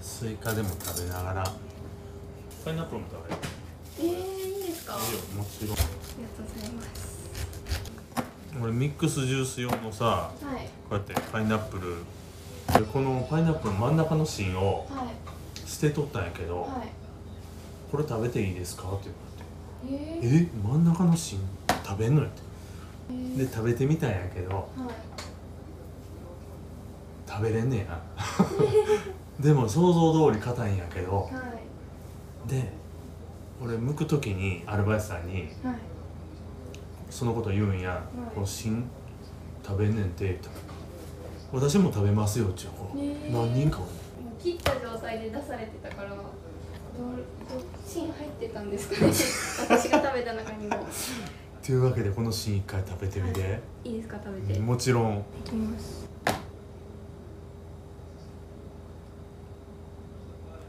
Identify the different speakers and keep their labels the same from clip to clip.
Speaker 1: スイカでも食べながら
Speaker 2: パイナップルも食べる
Speaker 3: えー、いいですかあり
Speaker 1: もちろ
Speaker 3: がとうございます
Speaker 1: ん俺ミックスジュース用のさ
Speaker 3: はい
Speaker 1: こうやってパイナップルでこのパイナップルの真ん中の芯を
Speaker 3: はい
Speaker 1: 捨てとったんやけど、
Speaker 3: はい
Speaker 1: これ食べていいですかって
Speaker 3: え
Speaker 1: 言われてえ真ん中の芯食べんのやって
Speaker 3: ー、
Speaker 1: で食べてみたんやけど
Speaker 3: はい
Speaker 1: 食べれんね やでも想像通り硬いんやけど
Speaker 3: はい
Speaker 1: で俺剥く時にアルバイトさんに
Speaker 3: はい
Speaker 1: そのこと言うんや
Speaker 3: は
Speaker 1: 「
Speaker 3: い
Speaker 1: この芯食べんねんて」と「私も食べますよ」っちゅう子
Speaker 3: ねえ
Speaker 1: 何人かおん
Speaker 3: もう切った状態で出されてたからどど芯入ってたんですかね 私が食べた中にも
Speaker 1: というわけでこの芯一回食べてみて、
Speaker 3: いいですか食べてい
Speaker 1: もちろん
Speaker 3: きます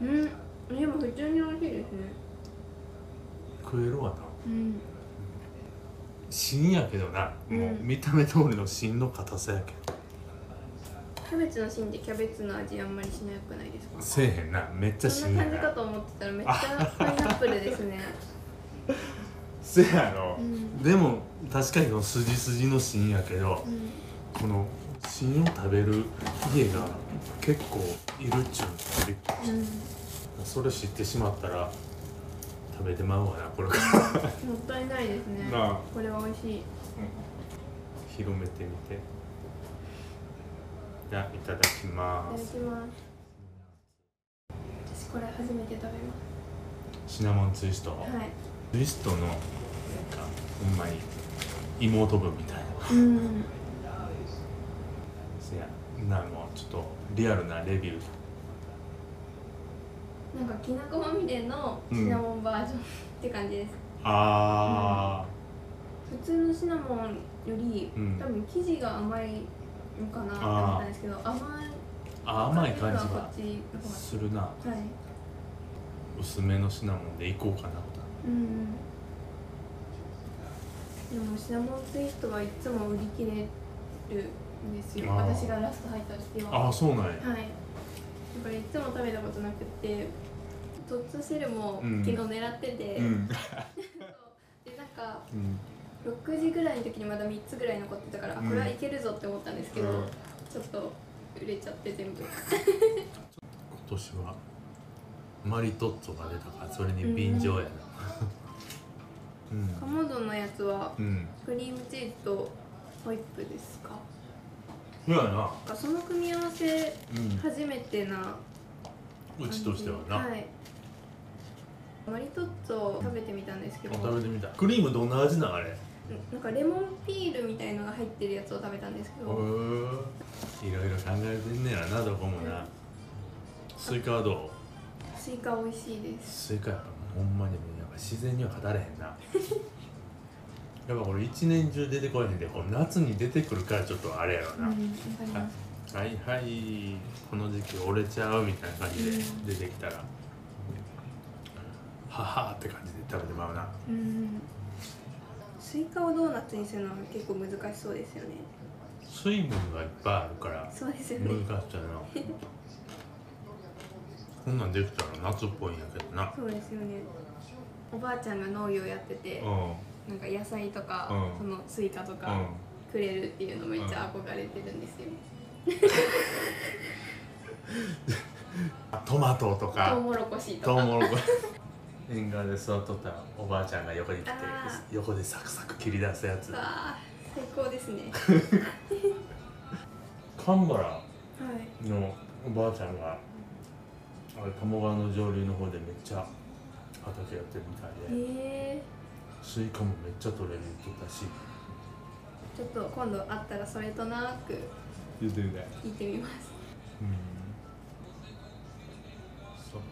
Speaker 3: うんでも普通に美味しいですね
Speaker 1: 食えるわな
Speaker 3: うん
Speaker 1: 芯やけどな、もう
Speaker 3: うん
Speaker 1: 見た目通りの芯の硬さやけど
Speaker 3: キャベツの芯でキャベツの味あんまりしなくないですか
Speaker 1: せえへんなめっちゃ
Speaker 3: そ
Speaker 1: 芯
Speaker 3: んな
Speaker 1: や
Speaker 3: 感じか
Speaker 1: な
Speaker 3: と思ってたらめっちゃパイナップルですね
Speaker 1: せやろ、
Speaker 3: うん
Speaker 1: でも確かにこの筋筋の芯やけど
Speaker 3: うん
Speaker 1: この芯を食べる家が結構いるっちゅうのがびっくりした
Speaker 3: う
Speaker 1: それ知ってしまったら食べてまうわなこれから
Speaker 3: ん、もったいないですね
Speaker 1: なあ
Speaker 3: これは美味しい
Speaker 1: 広めてみてじゃあいただき
Speaker 3: いた
Speaker 1: ま
Speaker 3: だ
Speaker 1: す
Speaker 3: きます私これ初めて食べま
Speaker 1: シナモンツイスト、
Speaker 3: すはい
Speaker 1: ツイストのなんかほんまに妹分みたいな
Speaker 3: うん
Speaker 1: せやなもうちょっとリアルなレビュー
Speaker 3: なんかきなこまみれのシナモンバージョン、って感じです
Speaker 1: あ
Speaker 3: 普通のシナモンより、
Speaker 1: うん
Speaker 3: 多分生地が甘いのかなって思ったんですけど甘い
Speaker 1: ー、あ甘い感じ
Speaker 3: こ
Speaker 1: が
Speaker 3: っちの方
Speaker 1: するな
Speaker 3: がはい
Speaker 1: 薄めのシナモンでいこうかな
Speaker 3: うんでもシナモンツイストはいつも売り切れるんですよ
Speaker 1: あー
Speaker 3: 私がラスト入った時は
Speaker 1: ああそうなんや
Speaker 3: はい。だからいつも食べたことなくて、トッツセルも
Speaker 1: うん
Speaker 3: 昨日狙ってて、
Speaker 1: ん、
Speaker 3: でなんか
Speaker 1: うん、
Speaker 3: 6時ぐらいの時にまだ3つぐらい残ってたから、あ
Speaker 1: うん
Speaker 3: これはいけるぞって思ったんですけど、
Speaker 1: うん
Speaker 3: ちょっと売れちゃって全部。
Speaker 1: 今年はマリトッツォが出たからそれに便乗やな
Speaker 3: カモドンのやつは
Speaker 1: うん、うん、
Speaker 3: クリームチーズとホイップですか。
Speaker 1: そうやな、
Speaker 3: なんかその組み合わせ初めて
Speaker 1: う
Speaker 3: な
Speaker 1: ん、う
Speaker 3: 感じ
Speaker 1: ちとしてはな、
Speaker 3: はい。マリトッツォを食べてみたんですけど、
Speaker 1: 食べてみたいクリームどんな味なんあれへ
Speaker 3: なんかレモンピールみたいのが入ってるやつを食べたんですけど、
Speaker 1: えいろいろ考えてんねやなどこもなスイカはど
Speaker 3: スイカ美味しいで
Speaker 1: う
Speaker 3: す
Speaker 1: スイカやっぱほんまにもうやっぱ自然には語れへん なやっぱこれ一年中出てこえへんでこう夏に出てくるからちょっとあれやろ
Speaker 3: うん、
Speaker 1: な、
Speaker 3: わかります
Speaker 1: はいはいこの時期折れちゃうみたいな感じで
Speaker 3: うん
Speaker 1: 出てきたら、ははーって感じで食べてまうな
Speaker 3: うんスイカをドーナツにするのは結構難しそうですよね
Speaker 1: 水分がいっぱいあるから
Speaker 3: そうですよね
Speaker 1: 難しいな こんなんできたら夏っぽいんやけどな
Speaker 3: そうですよねおばあちゃんが農業やってて
Speaker 1: う、ん
Speaker 3: なんか野菜とか、
Speaker 1: うん
Speaker 3: そのスイカと
Speaker 1: う
Speaker 3: か
Speaker 1: ん
Speaker 3: くれるっていうのめっちゃ憧れてるんですよ、
Speaker 1: トマトと
Speaker 3: トウ
Speaker 1: か
Speaker 3: モロコシと
Speaker 1: トウ
Speaker 3: か
Speaker 1: モロコシ 縁側で座っとったらおばあちゃんが横に来て
Speaker 3: あ
Speaker 1: 横でサクサク切り出すやつ
Speaker 3: うわー最高です ね
Speaker 1: 神原
Speaker 3: はい
Speaker 1: のおばあちゃんがあれ鴨川の上流の方でめっちゃ畑やってるみたいで
Speaker 3: え
Speaker 1: スイカもめっちゃ取れるって言ってたし
Speaker 3: ー、ちょっと今度会ったらそれとなく
Speaker 1: 言ってみたい
Speaker 3: 聞いてみます
Speaker 1: うんそっか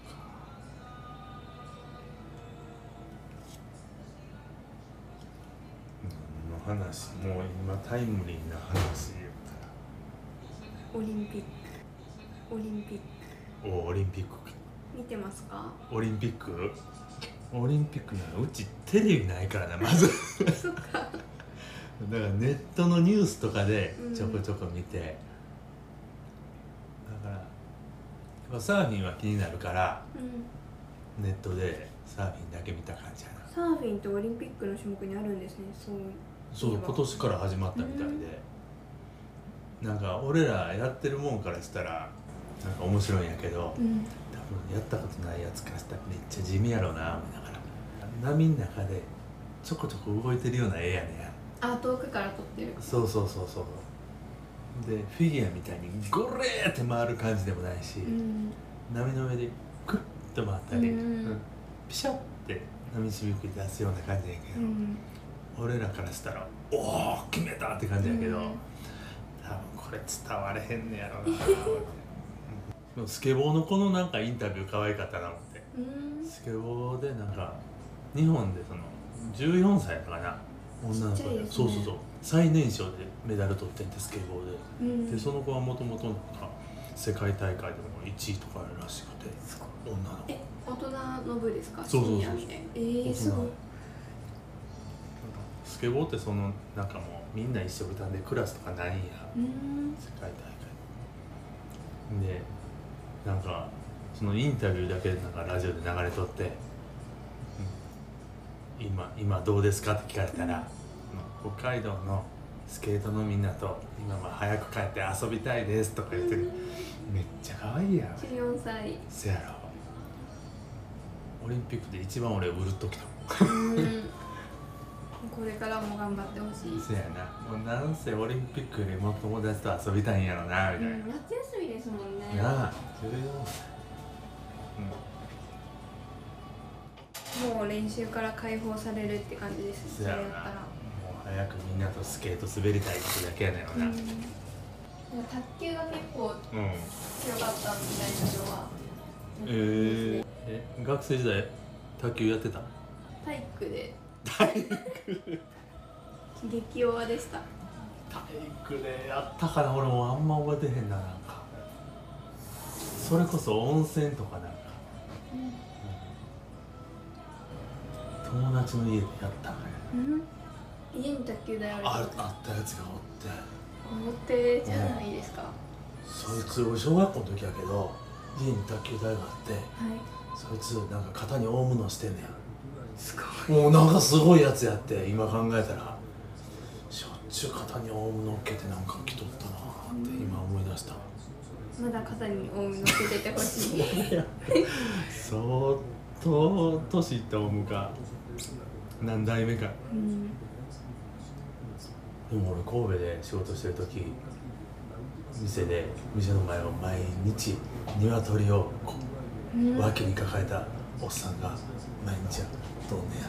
Speaker 1: 何の話もう今タイムリーな話言っ
Speaker 3: オリンピックオリンピック
Speaker 1: たらおオリンピックか
Speaker 3: 見てますか
Speaker 1: オリンピックオリンピックなうちテレビないからなまず
Speaker 3: そっか
Speaker 1: だからネットのニュースとかで
Speaker 3: うん
Speaker 1: ちょこちょこ見て、だからぱサーフィンは気になるから
Speaker 4: うん
Speaker 1: ネットでサーフィンだけ見た感じやな
Speaker 3: サーフィンってオリンピックの種目にあるんですねそう
Speaker 1: そう今年から始まったみたいで、なんか俺らやってるもんからしたらなんか面白いんやけど
Speaker 3: う
Speaker 1: 多
Speaker 3: ん
Speaker 1: 分やったことないやつからしたらめっちゃ地味やろうな思いながら波の中でちょこちょこ動いてるような絵やね
Speaker 4: あ遠くから撮ってる
Speaker 1: そうそうそうそうでフィギュアみたいにゴレーって回る感じでもないし、
Speaker 3: うん
Speaker 1: 波の上でクッと回ったり、
Speaker 4: うん
Speaker 1: ピシャって波しびき出すような感じやけ
Speaker 3: う
Speaker 1: ど、
Speaker 3: ん
Speaker 1: 俺らからしたら「おお決めた!」って感じやけど、
Speaker 4: うん
Speaker 1: 多分これ伝われへんねやろな でもスケボーの子のなんかインタビュー可愛かったな思って
Speaker 4: うん
Speaker 1: スケボーでなんか日本でその14歳かな女の子
Speaker 3: ちっちゃい
Speaker 1: で、
Speaker 3: です
Speaker 1: そ
Speaker 3: ね
Speaker 1: うそうそう最年少でメダル取ってんてスケボーで、
Speaker 3: うん
Speaker 1: でその子はもともとなんか世界大会でも1位とからしくて女の子
Speaker 4: え大人の部ですか
Speaker 1: そうそうそう
Speaker 4: シニアみたいな
Speaker 3: えー、すごい
Speaker 1: スケボーってそのなんかもうみんな一緒歌んでクラスとかないんや
Speaker 3: うん
Speaker 1: 世界大会でなんかそのインタビューだけなんかラジオで流れとって「うん今今どうですか?」って聞かれたら「うん北海道のスケートのみんなと今は早く帰って遊びたいです」とか言ってるめっちゃ可愛いやん
Speaker 4: 14歳
Speaker 1: せやろオリンピックで一番俺うるっときた
Speaker 4: うん
Speaker 3: これからも頑張ってほしい、
Speaker 1: せやなもうなんせオリンピックよりも友達と遊びたいんやろなみたい
Speaker 4: う
Speaker 1: な、
Speaker 4: ん夏休みですもんね
Speaker 1: なあ14歳
Speaker 3: もう練習から解放されるって感じです
Speaker 1: せやろなもう早くみんなとスケート滑りたいってだけやねんろ
Speaker 3: う
Speaker 1: なうんん、
Speaker 4: なんか卓球が結構強かったみたいな人は
Speaker 1: えー、え学生時代卓球やってた
Speaker 4: 体育で
Speaker 3: 激弱でした
Speaker 1: 体育でやったかな俺もあんま覚えてへんななんかそれこそ温泉とかなんか、うん友達の家でやったから
Speaker 3: うん
Speaker 4: 家に卓球台ある
Speaker 1: ああったやつがおって
Speaker 4: 表じゃないですか、
Speaker 1: そいつ俺小学校の時やけど家に卓球台があって
Speaker 3: はい
Speaker 1: そいつなんか肩に大物してんね
Speaker 3: すごい
Speaker 1: んもうなんかすごいやつやって今考えたらしょっちゅう肩に大物乗っけてなんか着とったなーって今思い出した
Speaker 3: まだ肩に多め乗せててほしい
Speaker 1: 相当年いったオウムか何代目か
Speaker 3: うん
Speaker 1: でも俺神戸で仕事してる時店で店の前を毎日鶏をこう脇に抱えたおっさんが毎日やどんねや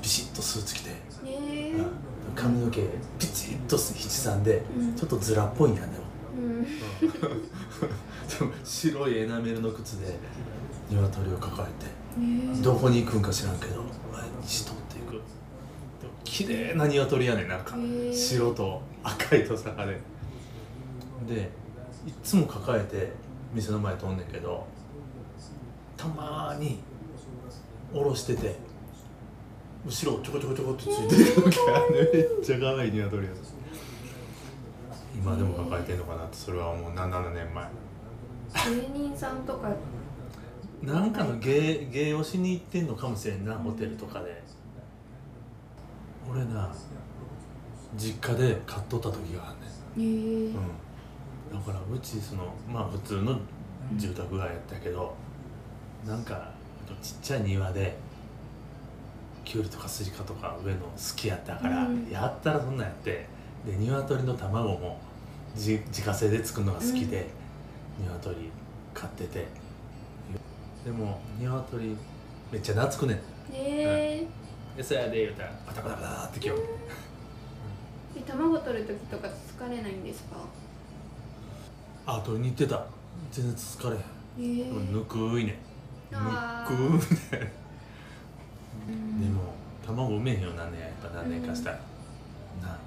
Speaker 1: ビシッとスーツ着て、
Speaker 4: え
Speaker 1: うん髪の毛ピチッと七三で
Speaker 3: うん
Speaker 1: ちょっとズラっぽいんやね
Speaker 3: う ん
Speaker 1: でも白いエナメルの靴で鶏を抱えて。
Speaker 3: ね
Speaker 1: どこに行くんか知らんけど毎日取っていくでも綺麗な鶏やねんなんか
Speaker 3: へー
Speaker 1: 白と赤いと坂ででいっつも抱えて店の前通んねんけどたまーに下ろしてて後ろをちょこちょこちょこってついてる時あるねめっちゃ可愛い鶏やつ今でも抱えてんのかなってそれはもう7年前
Speaker 3: 芸人さんとか
Speaker 1: なんかの芸芸をしに行ってんのかもしれんなホテルとかで俺な実家で買っとった時があんね
Speaker 3: えー、
Speaker 1: ん、うん、だからうちそのまあ普通の住宅街やったけど、なんかちっちゃい庭でキュウリとかスイカとか上の好きやったから、
Speaker 3: うん
Speaker 1: やったらそんなんやってで鶏の卵もじ自家製で作るのが好きで、鶏買っててでも鶏めっちゃ懐くねん
Speaker 4: え
Speaker 1: 餌やで言うたらバタバタバタってきよる
Speaker 4: え卵取る時とか疲れないんですか
Speaker 1: あ鶏に行ってた全然疲れへ
Speaker 4: え
Speaker 1: ん
Speaker 4: え
Speaker 1: でもぬくいねぬ
Speaker 4: あー
Speaker 1: くいねでも卵産めへんようになんねんやっぱ何年かしたら、な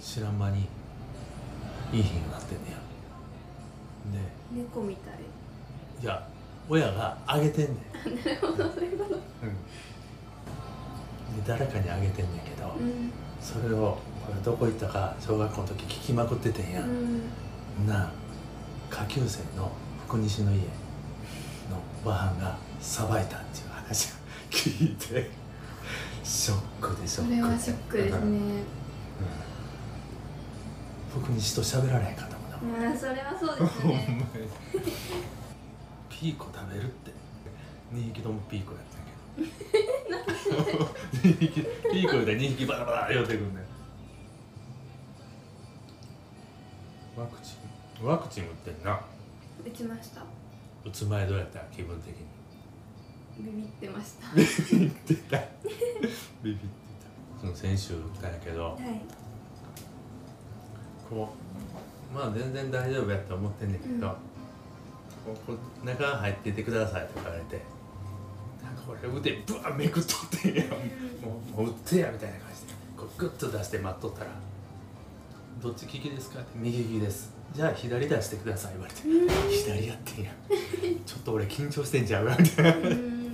Speaker 1: 知らん間にいい日になってんねや
Speaker 3: 猫みた い
Speaker 1: でいや親があげてんねんうんで誰かにあげてんねんけど、
Speaker 4: うん
Speaker 1: それをこれどこ行ったか小学校の時聞きまくっててんや、
Speaker 3: うん
Speaker 1: なあ下級生の国西の家のばはんがさばいたっていう話を聞いてショックでショ
Speaker 3: そ
Speaker 1: ック
Speaker 3: れはショックです
Speaker 1: うん
Speaker 3: ね
Speaker 1: 福西と喋られへんかったもんな
Speaker 3: まあそれはそうです
Speaker 2: ほん
Speaker 3: ね
Speaker 2: ま
Speaker 1: ピーコ食べるって2匹ともピーコやったんや
Speaker 2: に ピーコみたいに2匹バラバラ言うてくんねんワクチンワクチン打ってんな
Speaker 3: 打ちました
Speaker 2: 打つ前どうやった気分的に
Speaker 3: ビビってま した は
Speaker 2: ビビってたビビってたその先週打ったんやけど
Speaker 3: い
Speaker 1: こうまあ全然大丈夫やと思ってんねんけど、
Speaker 3: うん
Speaker 1: こうこう中入っててくださいとか言われてなんか俺腕ぶわめくっとってんやんもうもう打ってやみたいな感じでこうグッと出して待っとったら「どっち利きですか?」って「右利きです」「じゃあ左出してください」言われて「左やってんや んちょっと俺緊張してんちゃう?」みたいな
Speaker 3: うーん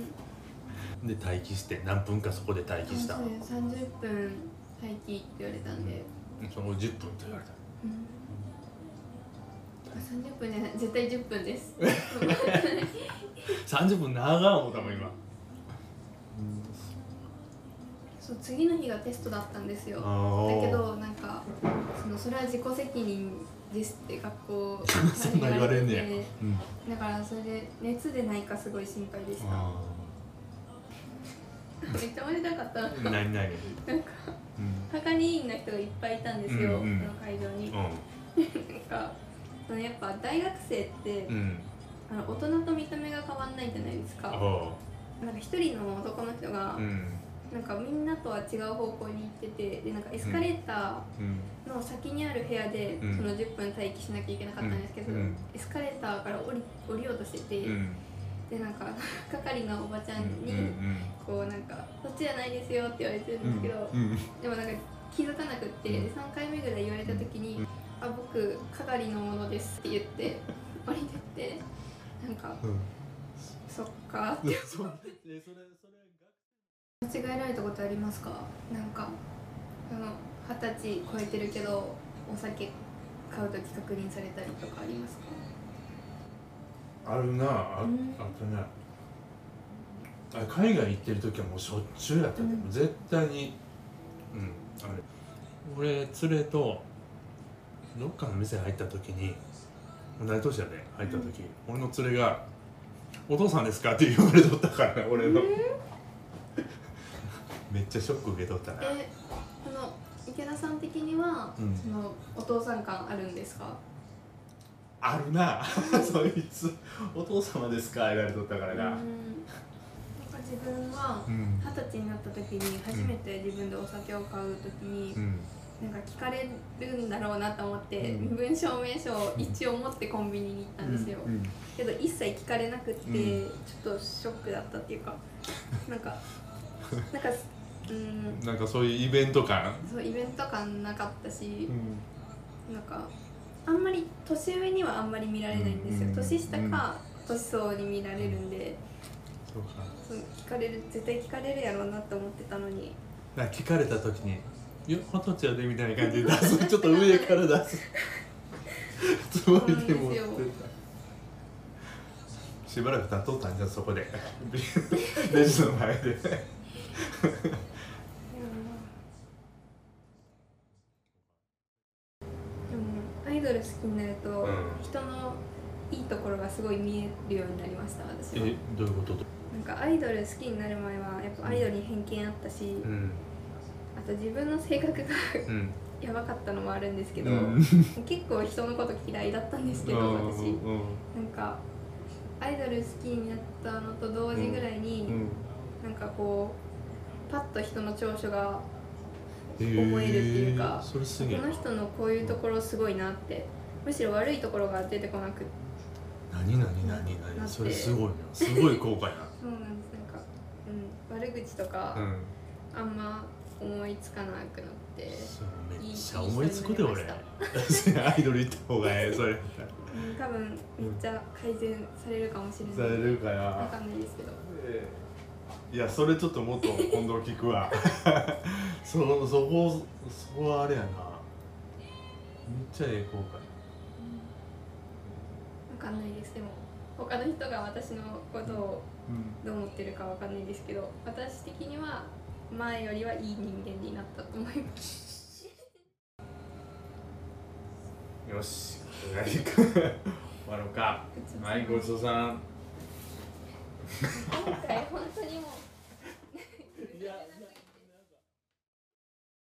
Speaker 1: で待機して何分かそこで待機した
Speaker 3: あそうです30分待機って言われたんで、
Speaker 2: その10分って言われた
Speaker 3: うん、あ30分じゃない絶対10分です
Speaker 2: 30分長い思ったもん今
Speaker 3: そう次の日がテストだったんですよだ
Speaker 1: あ
Speaker 3: けどなんかそのそれは自己責任ですって学 校
Speaker 1: そんなん言われんねや
Speaker 3: 言われて
Speaker 1: うん
Speaker 3: だからそれで熱でないかすごい心配でした
Speaker 2: あ
Speaker 3: めっちゃ盛りたかった
Speaker 2: ー何何
Speaker 3: なんか
Speaker 2: うん
Speaker 3: 係員の人がいっぱいいたんですよ、
Speaker 2: うんうん
Speaker 3: その会場に、なんかそのやっぱ大学生って、
Speaker 2: うんうん
Speaker 3: あの大人と見た目が変わんないじゃないですか
Speaker 2: あ
Speaker 3: なんか一人の男の人が
Speaker 2: あ、うん
Speaker 3: なんかみんなとは違う方向に行っててでなんかエスカレータ
Speaker 2: うん
Speaker 3: ーの先にある部屋で、
Speaker 2: うん
Speaker 3: その10分待機しなきゃいけなかったんですけど、
Speaker 2: うんうん
Speaker 3: エスカレーターから降り降りようとしてて、
Speaker 2: うん
Speaker 3: でなんか 係のおばちゃんに、
Speaker 2: うん
Speaker 3: こうなんか「そっちじゃないですよ」って言われてるんですけど、
Speaker 2: うん
Speaker 3: でもなんか気づかなくって、
Speaker 2: うん
Speaker 3: で3回目ぐらい言われた時
Speaker 2: う
Speaker 3: に「
Speaker 2: ん
Speaker 3: あ僕係のものです」って言って 降りてってなんか
Speaker 2: うん
Speaker 3: 「そっか」
Speaker 2: いやそうえそれそれ
Speaker 3: 間違えられたことありますかなんかあの二十歳超えてるけどお酒買う時確認されたりとかありますか
Speaker 2: あるなああ
Speaker 3: うん
Speaker 2: とねあ海外行ってる時はもうしょっちゅうやったけど、
Speaker 3: うん
Speaker 2: 絶対にうんあれ俺連れとどっかの店入った時に同じ年やで入った時、俺の連れが「お父さんですか?」って言われとったからね俺の、 めっちゃショック受けとったな
Speaker 3: えこの池田さん的には、
Speaker 1: うん
Speaker 3: そのお父さん感あるんですか
Speaker 2: あるな そいつ「お父様ですか?」言われとったから
Speaker 3: うん
Speaker 2: な、
Speaker 3: なんか自分は
Speaker 2: うん
Speaker 3: 二十歳になった時に初めて自分でお酒を買う時に
Speaker 2: う、ん
Speaker 3: なんか聞かれるんだろうなと思って、
Speaker 2: うん
Speaker 3: 身分証明書を一応持ってコンビニに行ったんですよ、
Speaker 2: うん
Speaker 3: けど一切聞かれなくて、
Speaker 2: う
Speaker 3: ちょっとショックだったっていうかな んかなんかうん
Speaker 2: なんかそういうイベント感、
Speaker 3: そうイベント感なかったし、なんかあんまり年上にはあんまり見られないんですよ、
Speaker 2: うん
Speaker 3: 年下か年相に見られるんで、
Speaker 2: そうか
Speaker 3: その聞かれる絶対聞かれるやろうなと思ってたのに
Speaker 1: なんか聞かれた時に「いや二十歳やで」みたいな感じで出す ちょっと上から出すつもりで持って
Speaker 3: そうなんです
Speaker 2: たしばらく経っとったんじゃんそこでレジの前で
Speaker 3: でもアイドル好きになると、
Speaker 2: うん
Speaker 3: 人のいいところがすごい見えるようになりました私は
Speaker 1: えどういうこと
Speaker 3: なんかアイドル好きになる前はやっぱアイドルに偏見あったし、
Speaker 2: うん
Speaker 3: あと自分の性格が
Speaker 2: うん
Speaker 3: やばかったのもあるんですけど、
Speaker 2: うん
Speaker 3: 結構人のこと嫌いだったんですけど私なんかアイドル好きになったのと同時ぐらいに、
Speaker 2: うん
Speaker 3: なんかこうパッと人の長所が
Speaker 2: 覚
Speaker 3: 覚えるっていうか
Speaker 2: それす
Speaker 3: こ
Speaker 2: げえ
Speaker 3: の人のこういうところすごいなってむしろ悪いところが出てこなくて
Speaker 1: 何何何
Speaker 3: だっ
Speaker 1: 何
Speaker 3: て
Speaker 1: それすごいなすごい後悔な
Speaker 3: そうなんですなんか、うん、悪口と
Speaker 2: う
Speaker 3: か
Speaker 2: ん
Speaker 3: あんま思いつかなくなって、
Speaker 1: そうめっちゃ思いつくで俺
Speaker 3: いい人にな り
Speaker 2: アイドル行った方がええそれ
Speaker 3: うん、多分めっちゃ改善されるかもし
Speaker 2: さ
Speaker 3: れな
Speaker 2: れ
Speaker 3: い
Speaker 2: るか
Speaker 3: わ
Speaker 2: ら
Speaker 3: かんないですけど
Speaker 2: ええいやそれちょっともっと今度聞くわ そのそこそこはあれやなめっちゃええ後悔
Speaker 3: わかんないですでも他の人が私のことを
Speaker 1: うん
Speaker 3: どう思ってるかわかんないですけど私的には前よりはいい人間になったと思います
Speaker 1: よし何か 終わろうかはいごちそうさん
Speaker 3: 今回本